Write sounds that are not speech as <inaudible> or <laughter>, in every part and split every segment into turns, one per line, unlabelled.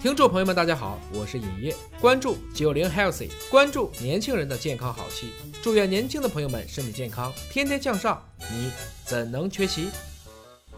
听众朋友们，大家好，我是尹烨，关注九零 healthy，关注年轻人的健康好戏，祝愿年轻的朋友们身体健康，天天向上，你怎能缺席？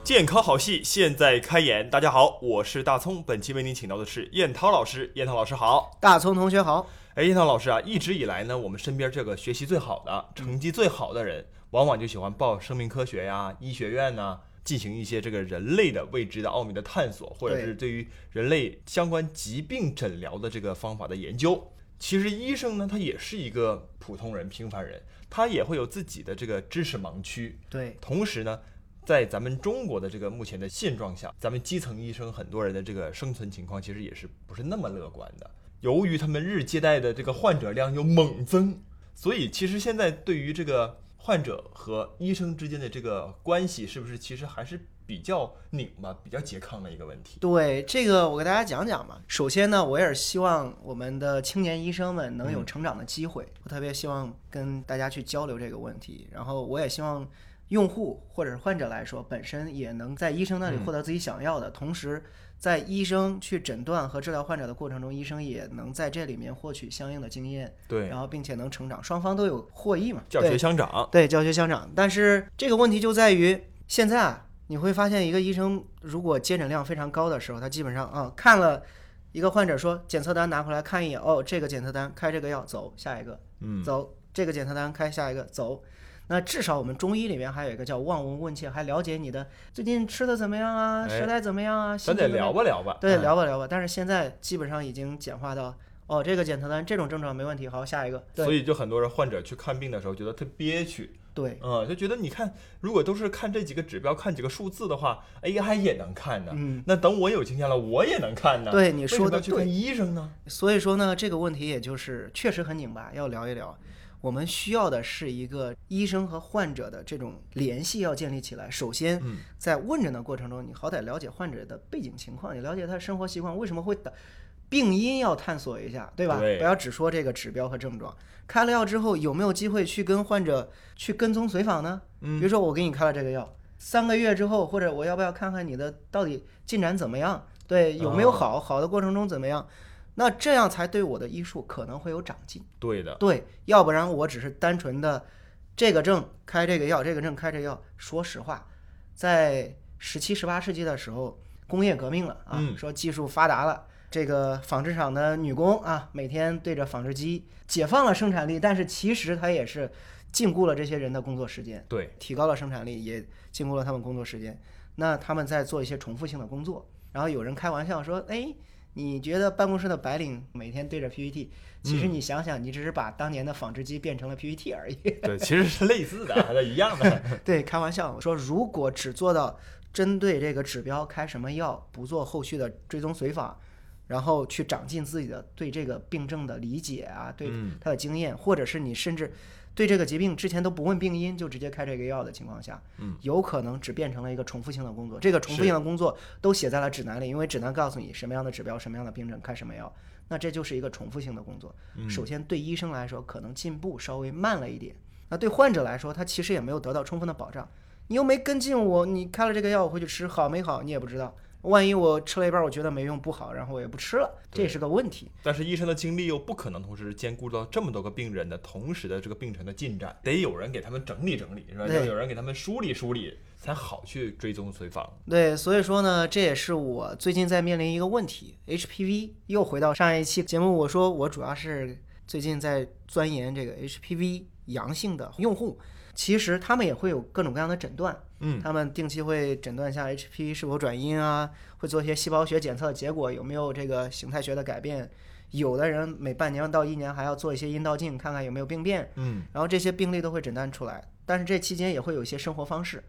健康好戏现在开演，大家好，我是大葱。本期为您请到的是燕涛老师，燕涛老师好。
大葱同学好，
哎，燕涛老师啊，一直以来呢，我们身边这个学习最好的、成绩最好的人，往往就喜欢报生命科学呀、医学院呐、进行一些这个人类的未知的奥秘的探索，或者
对
是对于人类相关疾病诊疗的这个方法的研究。其实医生呢，他也是一个普通人、平凡人，他也会有自己的这个知识盲区。
对
同时呢，在咱们中国的这个目前的现状下，咱们基层医生很多人的这个生存情况其实也是不是那么乐观的。由于他们日接待的这个患者量又猛增，所以其实现在对于这个患者和医生之间的这个关系，是不是其实还是比较拧巴、比较拮抗的一个问题？
对，这个我给大家讲讲吧。首先呢，我也是希望我们的青年医生们能有成长的机会，我特别希望跟大家去交流这个问题。然后我也希望用户或者是患者来说，本身也能在医生那里获得自己想要的，同时在医生去诊断和治疗患者的过程中，医生也能在这里面获取相应的经验，
对，
然后并且能成长，双方都有获益嘛。
教
对
学相长，
对，教学相长。但是这个问题就在于现在啊，你会发现一个医生如果接诊量非常高的时候，他基本上啊看了一个患者说检测单拿回来看一眼，哦，这个检测单开这个药走，下一个
嗯，
走，这个检测单开下一个走。那至少我们中医里面还有一个叫望闻问切，还了解你的最近吃的怎么样啊，
哎
舌苔怎么样啊，
咱
心
得
情怎么
聊
样。
吧聊吧，
对，
嗯
聊吧聊吧。但是现在基本上已经简化到哦，这个检测单这种症状没问题，好，下一个。
所
对
以就很多人患者去看病的时候觉得特憋屈，
对，
嗯，就觉得你看，如果都是看这几个指标、看几个数字的话，AI 也能看呢。
嗯，
<laughs> 那等我有经验了，我也能看呢。，
对你说的
去
对。
看医生呢？
所以说呢，这个问题也就是确实很拧巴，要聊一聊。我们需要的是一个医生和患者的这种联系要建立起来。首先
嗯，
在问诊的过程中，你好歹了解患者的背景情况，你了解他的生活习惯，为什么会的病因要探索一下，对吧？
对
不要只说这个指标和症状。开了药之后，有没有机会去跟患者去跟踪随访呢？
嗯
比如说我给你开了这个药，三个月之后，或者我要不要看看你的到底进展怎么样？对，有没有
哦
好？好的过程中怎么样？那这样才对我的医术可能会有长进。
对的，
对，要不然我只是单纯的这个症开这个药，这个症开这个药。说实话，在十七、十八世纪的时候，工业革命了啊，
嗯
说技术发达了。这个纺织厂的女工啊，每天对着纺织机，解放了生产力，但是其实她也是禁锢了这些人的工作时间。
<laughs> 对，
提高了生产力，也经过了他们工作时间。那他们在做一些重复性的工作，然后有人开玩笑说：“哎，你觉得办公室的白领每天对着 PPT，其实你想想，你只是把当年的纺织机变成了 PPT 而已。
对，其实是类似的，啊还是一样的。
对，开玩笑。我说，如果只做到针对这个指标开什么药，不做后续的追踪随访，然后去长进自己的对这个病症的理解啊， <laughs> 对
嗯
他的经验，或者是你甚至对这个疾病之前都不问病因就直接开这个药的情况下，
嗯，
有可能只变成了一个重复性的工作。这个重复
是
性的工作都写在了指南里，因为指南告诉你什么样的指标、什么样的病症开什么药，那这就是一个重复性的工作。
嗯
首先对医生来说，可能进步稍微慢了一点。那对患者来说，他其实也没有得到充分的保障。你又没跟进我，你开了这个药，我回去吃好没好，你也不知道。万一我吃了一半，我觉得没用不好，然后我也不吃了，这也是个问题。
但是医生的精力又不可能同时兼顾到这么多个病人的同时的这个病程的进展，得有人给他们整理整理，是吧？
对
要有人给他们梳理梳理，才好去追踪随访。
对，所以说呢，这也是我最近在面临一个问题，HPV 又回到上一期节目，我说我主要是最近在钻研这个 HPV 阳性的用户，其实他们也会有各种各样的诊断，
嗯，
他们定期会诊断一下 HPV 是否转阴啊，会做一些细胞学检测，结果有没有这个形态学的改变，有的人每半年到一年还要做一些阴道镜，看看有没有病变，
嗯，
然后这些病例都会诊断出来，但是这期间也会有一些生活方式，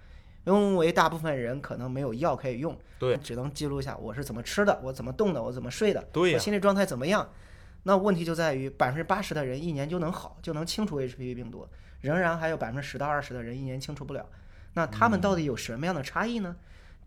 因为大部分人可能没有药可以用，
对，
只能记录下我是怎么吃的，我怎么动的，我怎么睡的，
对呀
我心理状态怎么样。那问题就在于百分之八十的人一年就能好，就能清除 HPV 病毒，仍然还有百分之十到二十的人一年清除不了。那他们到底有什么样的差异呢？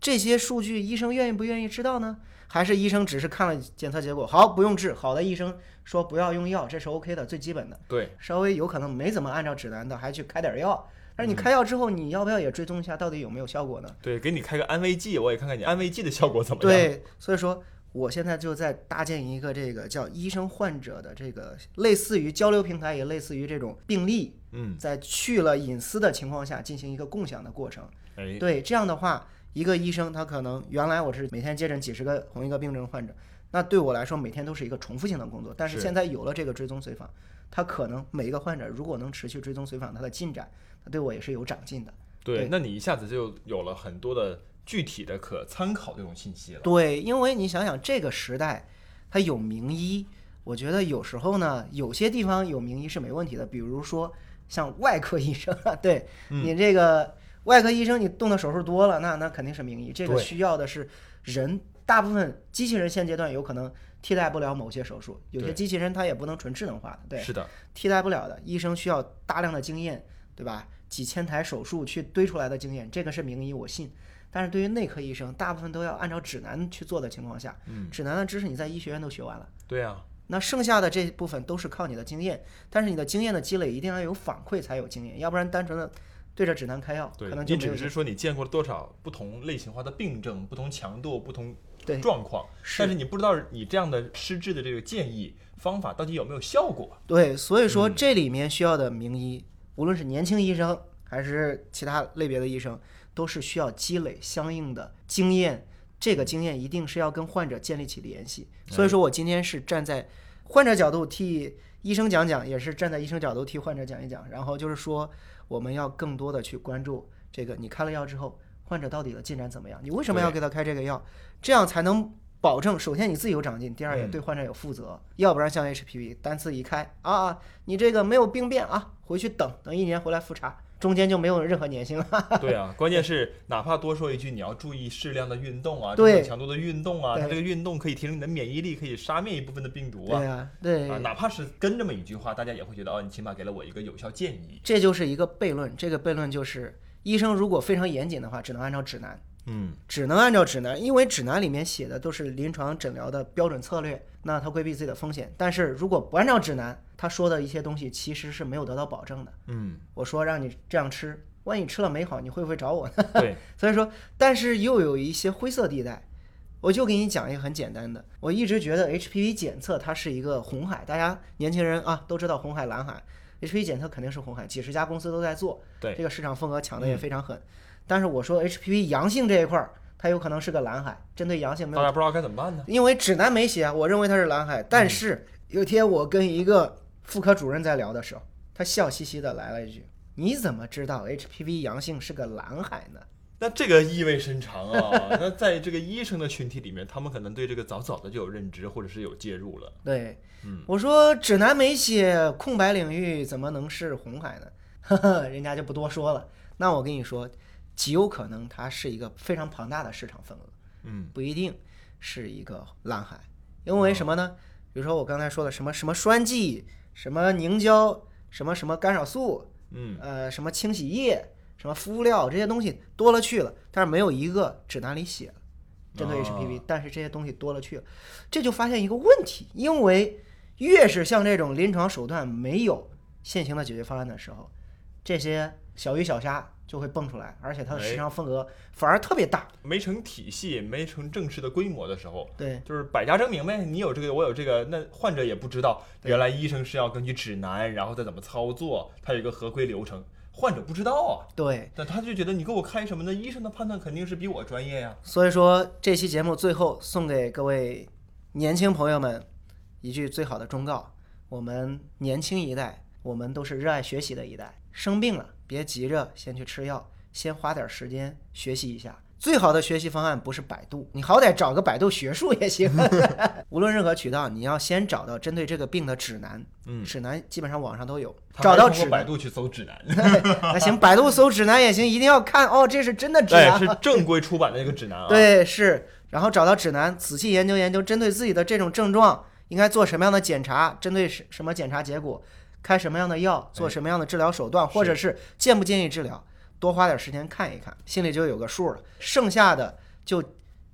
这些数据医生愿意不愿意知道呢？还是医生只是看了检测结果，好不用治？好的医生说不要用药，这是 OK 的，最基本的。
对，
稍微有可能没怎么按照指南的，还去开点药。但是你开药之后，你要不要也追踪一下到底有没有效果呢？
对，给你开个安慰剂，我也看看你安慰剂的效果怎么样。
对，所以说我现在就在搭建一个这个叫医生患者的这个类似于交流平台，也类似于这种病例，
嗯，
在去了隐私的情况下进行一个共享的过程。
哎，
对，这样的话，一个医生他可能原来我是每天接诊几十个同一个病症患者，那对我来说每天都是一个重复性的工作。但是
是
现在有了这个追踪随访，他可能每一个患者如果能持续追踪随访他的进展，他对我也是有长进的。
对
对，
那你一下子就有了很多的具体的可参考这种信息了。
对，因为你想想这个时代，它有名医，我觉得有时候呢，有些地方有名医是没问题的，比如说像外科医生，啊对、
嗯
你这个外科医生，你动的手术多了，那那肯定是名医，这个
对
需要的是人。大部分机器人现阶段有可能替代不了某些手术，有些
对
机器人它也不能纯智能化的，对，
是的，
替代不了的。医生需要大量的经验，对吧？几千台手术去堆出来的经验，这个是名医，我信。但是对于内科医生，大部分都要按照指南去做的情况下，
嗯，
指南的知识你在医学院都学完了，
对啊，
那剩下的这部分都是靠你的经验。但是你的经验的积累一定要有反馈才有经验，要不然单纯的对着指南开药，
对
可，能就
你
没有
只
用。
是说你见过多少不同类型化的病症、不同强度、不同
对
状况，
是
但是你不知道你这样的失智的这个建议方法到底有没有效
<laughs>
果。
对，所以说这里面需要的名医，无论是年轻医生还是其他类别的医生，都是需要积累相应的经验。这个经验一定是要跟患者建立起联系。所以说我今天是站在患者角度替医生讲讲，也是站在医生角度替患者讲一讲。然后就是说，我们要更多的去关注这个，你开了药之后，患者到底的进展怎么样？你为什么要给他开这个药？这样才能保证，首先你自己有长进，第二也
嗯
对患者有负责。要不然像 HPV 单次一开啊，你这个没有病变啊，回去等等一年回来复查，中间就没有任何粘性了。
对啊，关键是哪怕多说一句，你要注意适量的运动啊，
对
这种强度的运动啊，
对
它这个运动可以提升你的免疫力，可以杀灭一部分的病毒啊。
对啊，对
啊，哪怕是跟这么一句话，大家也会觉得哦，你起码给了我一个有效建议。
这就是一个悖论。这个悖论就是，医生如果非常严谨的话，只能按照指南，
嗯，
只能按照指南，因为指南里面写的都是临床诊疗的标准策略，那他规避自己的风险。但是如果不按照指南，他说的一些东西其实是没有得到保证的。
嗯，
我说让你这样吃，万一吃了没好，你会不会找我 <laughs> 呢？
嗯对，
所以说，但是又有一些灰色地带。我就给你讲一个很简单的，我一直觉得 HPV 检测它是一个红海，大家年轻人啊都知道红海、蓝海，HPV 检测肯定是红海，几十家公司都在做，
对
这个市场份额抢的也非常狠。但是我说 HPV 阳性这一块儿，它有可能是个蓝海，针对阳性没有
大家不知道该怎么办呢。
因为指南没写，啊我认为它是蓝海。但是有一天我跟一个妇科主任在聊的时候，他笑嘻嘻的来了一句：“你怎么知道 HPV 阳性是个蓝海呢
那这个意味深长 <laughs> 啊。那在这个医生的群体里面，他们可能对这个早早的就有认知，或者是有介入了。？”
对，我说指南没写，空白领域怎么能是红海呢？ <laughs> 呵呵，人家就不多说了。那我跟你说，极有可能它是一个非常庞大的市场份额。
嗯，
不一定是一个蓝海，因为什么呢？比如说我刚才说的什么什么栓剂、什么凝胶、什么什么干扰素，
嗯，
呃，什么清洗液、什么敷料这些东西多了去了，但是没有一个指南里写针对
哦
HPV，、但是这些东西多了去了，这就发现一个问题，因为越是像这种临床手段没有现行的解决方案的时候，这些小鱼小虾就会蹦出来，而且它的市
哎
场份额反而特别大。
没成体系，没成正式的规模的时候，
对，
就是百家争鸣呗，你有这个，我有这个，那患者也不知道，
对
原来医生是要根据指南，然后再怎么操作，它有一个合规流程，患者不知道啊，
对，
但他就觉得你给我开什么呢？医生的判断肯定是比我专业呀、
所以说这期节目最后送给各位年轻朋友们一句最好的忠告：我们年轻一代，我们都是热爱学习的一代。生病了，别急着先去吃药，先花点时间学习一下。最好的学习方案不是百度，你好歹找个百度学术也行。 <laughs> 无论任何渠道，你要先找到针对这个病的指南。
嗯
指南基本上网上都有，
他
找
还
到
通过
指
百
南。 <laughs>
度去搜指南，
那行，百度搜指南也行，一定要看哦，这是真的指南。 <laughs>
对， <laughs> 是正规出版的一个指南啊。，
对，是，然后找到指南，仔细研究研究，针对自己的这种症状，应该做什么样的检查，针对什什么检查结果，开什么样的药，做
哎
什么样的治疗手段，或者是建不建议治疗，多花点时间看一看，心里就有个数了。剩下的就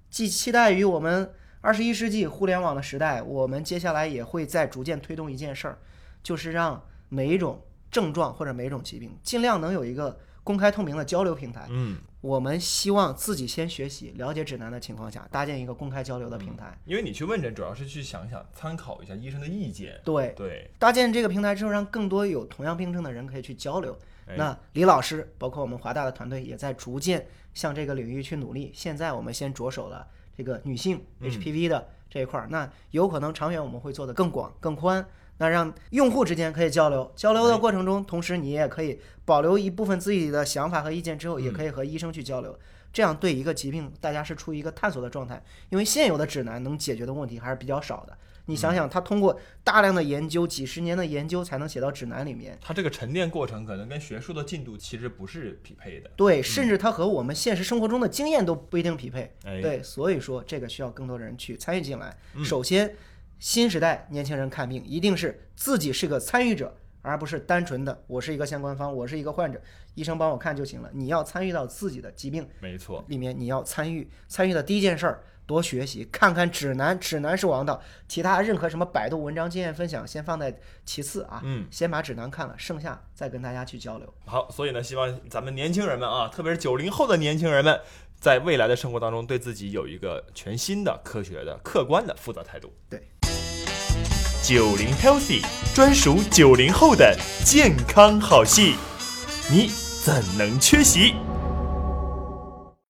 寄期待于我们二十一世纪互联网的时代，我们接下来也会在逐渐推动一件事儿，就是让每一种症状或者每一种疾病，尽量能有一个公开透明的交流平台。
嗯，
我们希望自己先学习，了解指南的情况下，搭建一个公开交流的平台。
因为你去问诊，主要是去想想参考一下医生的意见。
对，
对，
搭建这个平台之后，让更多有同样病症的人可以去交流。
哎
那李老师，包括我们华大的团队，也在逐渐向这个领域去努力。现在我们先着手了这个女性 HPV 的这一块儿，那有可能长远我们会做得更广、更宽。那让用户之间可以交流，交流的过程中，同时你也可以保留一部分自己的想法和意见，之后也可以和医生去交流。这样对一个疾病，大家是处于一个探索的状态，因为现有的指南能解决的问题还是比较少的。你想想，他通过大量的研究、几十年的研究才能写到指南里面。
它这个沉淀过程可能跟学术的进度其实不是匹配的。嗯
对，甚至它和我们现实生活中的经验都不一定匹配。
哎，嗯
对，所以说这个需要更多的人去参与进来。首先，新时代年轻人看病一定是自己是个参与者，而不是单纯的我是一个相关方，我是一个患者，医生帮我看就行了。你要参与到自己的疾病
没错。
里面，你要参与参与的第一件事儿。多学习，看看指南，指南是王道，其他任何什么百度文章经验分享先放在其次啊，
嗯，
先把指南看了，剩下再跟大家去交流。
好，所以呢，希望咱们年轻人们啊，特别是九零后的年轻人们，在未来的生活当中，对自己有一个全新的、科学的、客观的、负责态度。
对，
九零 Healthy 专属九零后的健康好戏，你怎能缺席？